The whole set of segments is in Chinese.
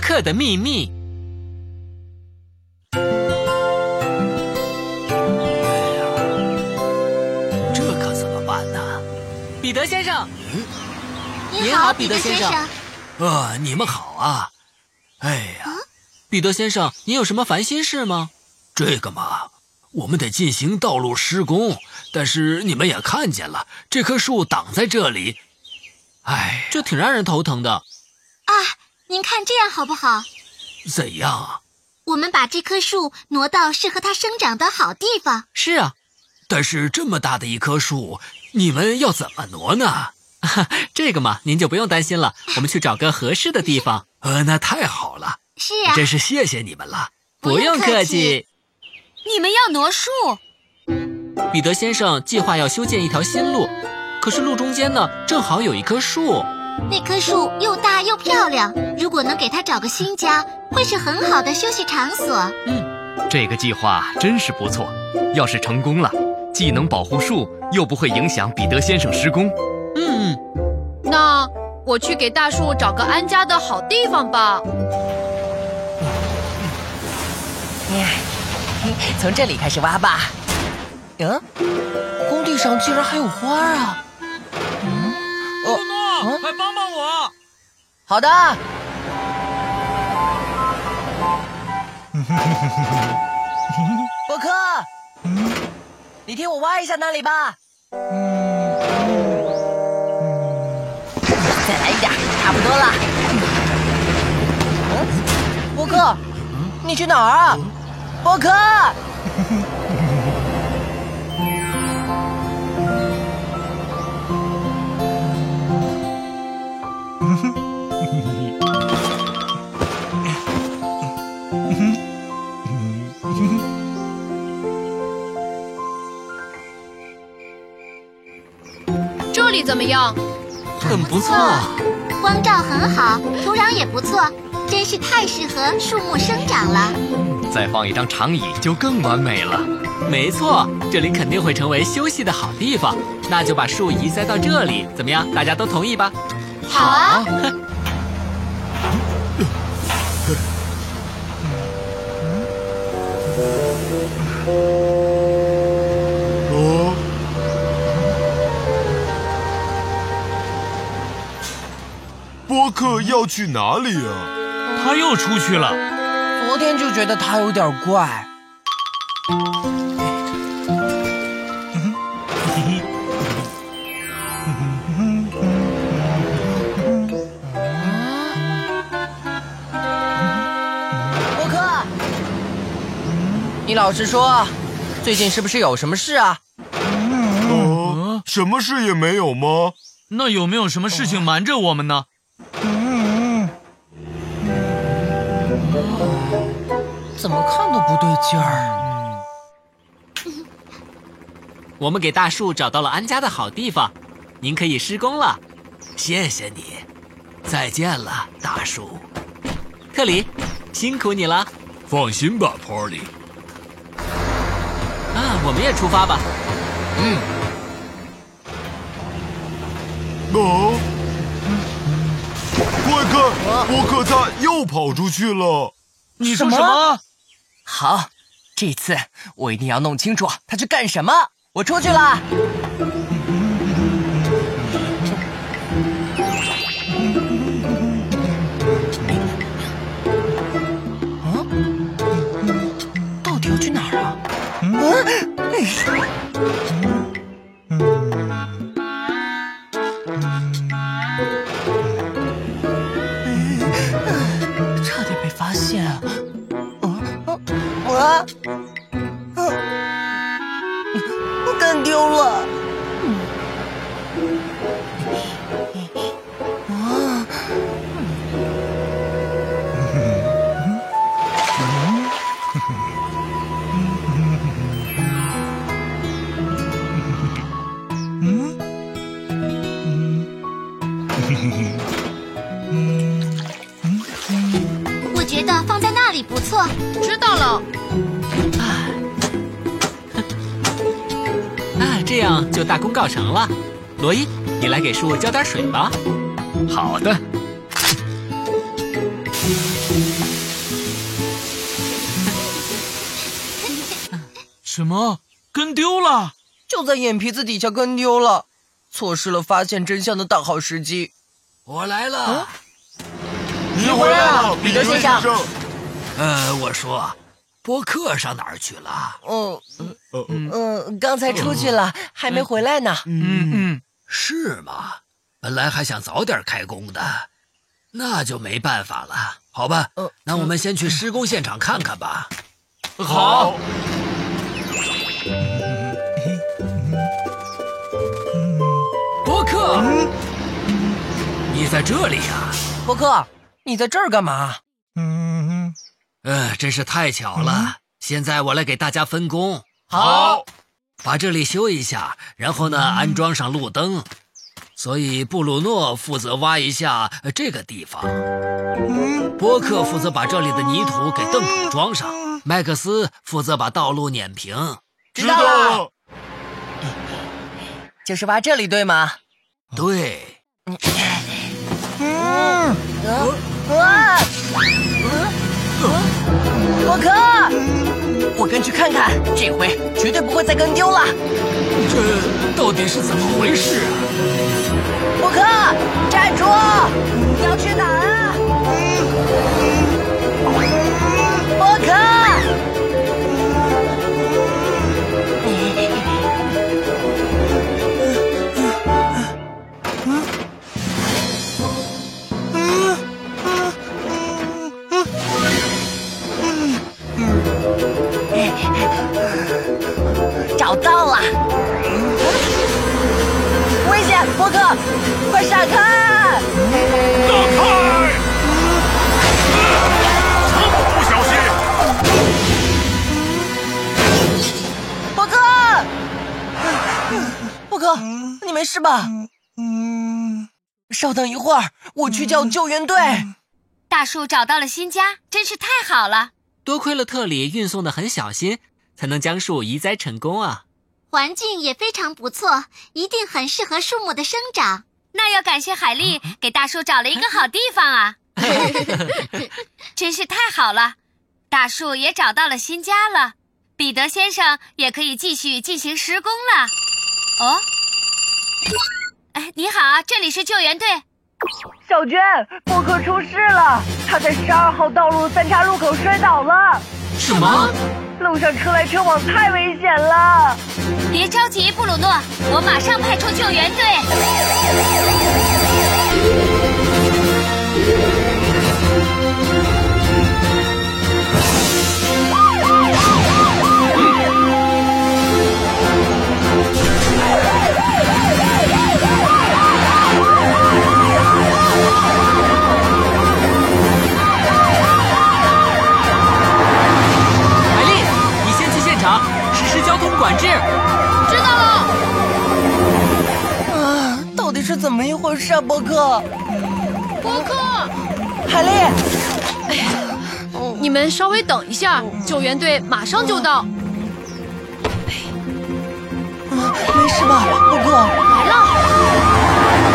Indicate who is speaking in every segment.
Speaker 1: 客的秘密》。这可怎么办呢？彼得先生，
Speaker 2: 您
Speaker 1: 好
Speaker 2: 好，
Speaker 1: 彼
Speaker 2: 彼
Speaker 1: 得
Speaker 2: 得
Speaker 1: 先
Speaker 2: 先
Speaker 1: 生
Speaker 2: 生。
Speaker 1: 呃，你们好啊！哎呀，彼得先生，您有什么烦心事吗？这个嘛，我们得进行道路施工，但是你们也看见了，这棵树挡在这里，哎，这挺让人头疼的。
Speaker 2: 您看这样好不好？
Speaker 1: 怎样啊？
Speaker 2: 我们把这棵树挪到适合它生长的好地方。
Speaker 1: 是啊，但是这么大的一棵树，你们要怎么挪呢？ 这个嘛，您就不用担心了，我们去找个合适的地方。呃，那太好了，
Speaker 2: 是啊，
Speaker 1: 真是谢谢你们了。
Speaker 2: 不用客气。你们要挪树，
Speaker 1: 彼得先生计划要修建一条新路，可是路中间呢，正好有一棵树。
Speaker 2: 那棵树又大又漂亮，如果能给它找个新家，会是很好的休息场所。
Speaker 3: 这个计划真是不错，要是成功了，既能保护树，又不会影响彼得先生施工。
Speaker 1: 嗯，
Speaker 4: 那我去给大树找个安家的好地方吧。
Speaker 5: 从这里开始挖吧。嗯，工地上竟然还有花啊！嗯，哦，
Speaker 1: 快帮帮我！
Speaker 5: 好的。伯克，你替我挖一下那里吧。再来一点，差不多了。嗯，伯克，你去哪儿啊？伯克，
Speaker 4: 这里怎么样？
Speaker 1: 很不错，
Speaker 2: 光照很好，土壤也不错，真是太适合树木生长了。
Speaker 3: 再放一张长椅就更完美了。
Speaker 1: 没错，这里肯定会成为休息的好地方。那就把树移栽到这里，怎么样？大家都同意吧？
Speaker 2: 好啊，
Speaker 6: 播客要去哪里啊？
Speaker 1: 他又出去了。
Speaker 5: 昨天就觉得他有点怪。伯克，你老实说，最近是不是有什么事啊？嗯
Speaker 6: 啊，什么事也没有吗？
Speaker 3: 那有没有什么事
Speaker 1: 哦
Speaker 3: 情瞒着我们呢？
Speaker 5: 怎么看都不对劲儿。
Speaker 1: 我们给大树找到了安家的好地方，您可以施工了。谢谢你，再见了，大树。特里，辛苦你了。
Speaker 7: 放心吧，Polly，
Speaker 1: 啊，我们也出发吧。
Speaker 6: 啊！快
Speaker 5: 啊
Speaker 6: 看，播客他又跑出去了。
Speaker 3: 你
Speaker 5: 说什么？好，这次我一定要弄清楚他去干什么。我出去了。啊？到底要去哪儿啊？嗯，差点被发现啊！我，我干丢了。
Speaker 2: 我觉得放在那里不错。
Speaker 4: 知道了，
Speaker 1: 啊，这样就大功告成了。罗伊，你来给树浇点水吧。
Speaker 3: 好的。
Speaker 7: 什么？跟丢了？
Speaker 5: 就在眼皮子底下跟丢了，错失了发现真相的大好时机。
Speaker 1: 我来了。
Speaker 6: 您
Speaker 5: 回来了彼得先生。
Speaker 1: 呃，我说，博客上哪儿去了？
Speaker 5: 嗯
Speaker 6: 呃
Speaker 5: 嗯嗯，刚才出去了，还没回来呢。
Speaker 7: 嗯嗯，
Speaker 1: 是吗？本来还想早点开工的，那就没办法了。好吧，
Speaker 5: 呃嗯
Speaker 1: 那我们先去施工现场看看吧。
Speaker 7: 好，
Speaker 1: 博客，
Speaker 5: 嗯
Speaker 1: 你在这里呀、
Speaker 5: 博客，你在这儿干嘛？
Speaker 1: 呃，真是太巧了。现在我来给大家分工，
Speaker 5: 嗯
Speaker 6: 呃啊
Speaker 5: 好，
Speaker 1: 把这里修一下，然后呢，
Speaker 5: 嗯
Speaker 1: 安装上路灯。所以布鲁诺负责挖一下呃这个地方，
Speaker 5: 嗯
Speaker 1: 波克负责把这里的泥土给邓普装上，麦克斯负责把道路碾平。
Speaker 5: 嗯知道了，。就是挖这里对吗？
Speaker 1: 对，
Speaker 5: 啊！嗯博客，我跟去看看，这回绝对不会再跟丢了。
Speaker 1: 这到底是怎么回事啊？
Speaker 5: 博客，站住！你要去哪儿啊？博客，找到了！危险，博客，快闪开！
Speaker 6: 不小心，
Speaker 5: 博客，博客，你没事吧？嗯，稍等一会儿，我去叫救援队。
Speaker 2: 大树找到了新家，真是太好了。
Speaker 1: 多亏了特里运送的很小心，才能将树移栽成功啊！
Speaker 2: 环境也非常不错，一定很适合树木的生长。那要感谢海丽给大树找了一个好地方啊！真是太好了，大树也找到了新家了，彼得先生也可以继续进行施工了。哦，哎，你好啊，这里是救援队。
Speaker 5: 小娟，博客出事了，他在十二号道路三岔路口摔倒了，
Speaker 1: 什么？
Speaker 5: 路上车来车往太危险了。
Speaker 2: 别着急，布鲁诺，我马上派出救援队。
Speaker 1: 海丽，你先去现场实施交通管制。
Speaker 4: 知道了。
Speaker 5: 啊，到底是怎么一回事啊，博客？
Speaker 4: 博客，
Speaker 5: 海丽，
Speaker 2: 嗯
Speaker 4: 你们稍微等一下，救援队马上就到。
Speaker 5: 没事吧，博客？
Speaker 4: 来了，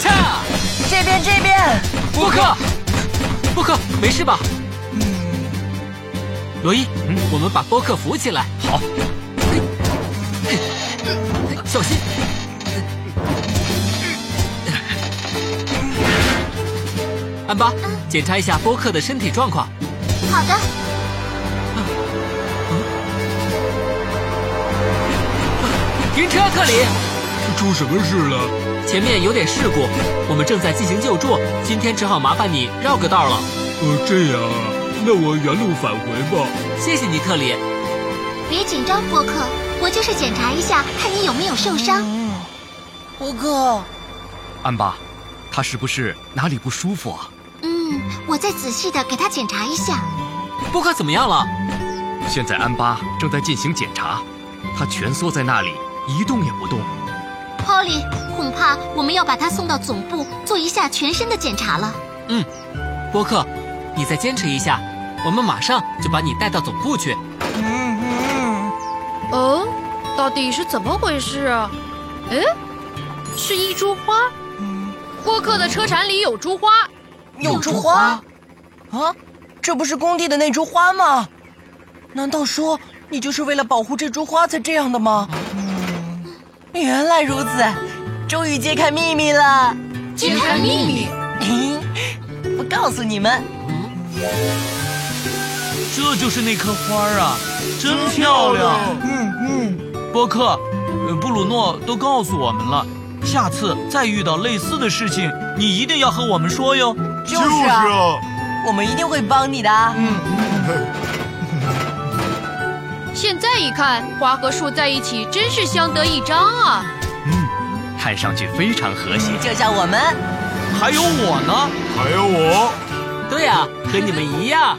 Speaker 1: 恰，
Speaker 5: 这边，这边，
Speaker 1: 布克，布克，没事吧？嗯罗伊，我们把波克扶起来。好，小心。安巴，
Speaker 5: 嗯
Speaker 1: 检查一下波克的身体状况。
Speaker 2: 好的，
Speaker 1: 停车，特里。
Speaker 6: 出什么事了？
Speaker 1: 前面有点事故，我们正在进行救助，今天只好麻烦你绕个道了。
Speaker 6: 呃，这样啊，那我原路返回吧。
Speaker 1: 谢谢你，特里。
Speaker 2: 别紧张，博客，我就是检查一下，看你有没有受伤。
Speaker 5: 博客，
Speaker 3: 安巴，他是不是哪里不舒服啊？
Speaker 2: 嗯，我再仔细的给他检查一下。
Speaker 1: 波克怎么样了？
Speaker 3: 现在安巴正在进行检查，他蜷缩在那里一动也不动。
Speaker 2: Polly，恐怕我们要把他送到总部做一下全身的检查了。
Speaker 1: 波克，你再坚持一下，我们马上就把你带到总部去。
Speaker 5: 嗯嗯，
Speaker 4: 哦，到底是怎么回事啊？哎，是一株花。
Speaker 2: 嗯
Speaker 4: 过客的车铲里有株花，
Speaker 5: 有株花？啊，这不是工地的那株花吗？难道说你就是为了保护这株花才这样的吗？原来如此，终于揭开秘密了。
Speaker 2: 揭开秘密。
Speaker 5: 我告诉你们，
Speaker 7: 这就是那棵花儿啊，真漂亮。
Speaker 5: 嗯嗯，
Speaker 7: 波克、呃布鲁诺都告诉我们了，下次再遇到类似的事情，你一定要和我们说哟。
Speaker 5: 就是啊，嗯我们一定会帮你的。啊
Speaker 4: 现在一看，花和树在一起真是相得益彰啊！
Speaker 3: 看上去非常和谐。
Speaker 5: 就像我们。
Speaker 7: 还有我呢。
Speaker 6: 还有我，
Speaker 1: 啊对呀、和你们一样。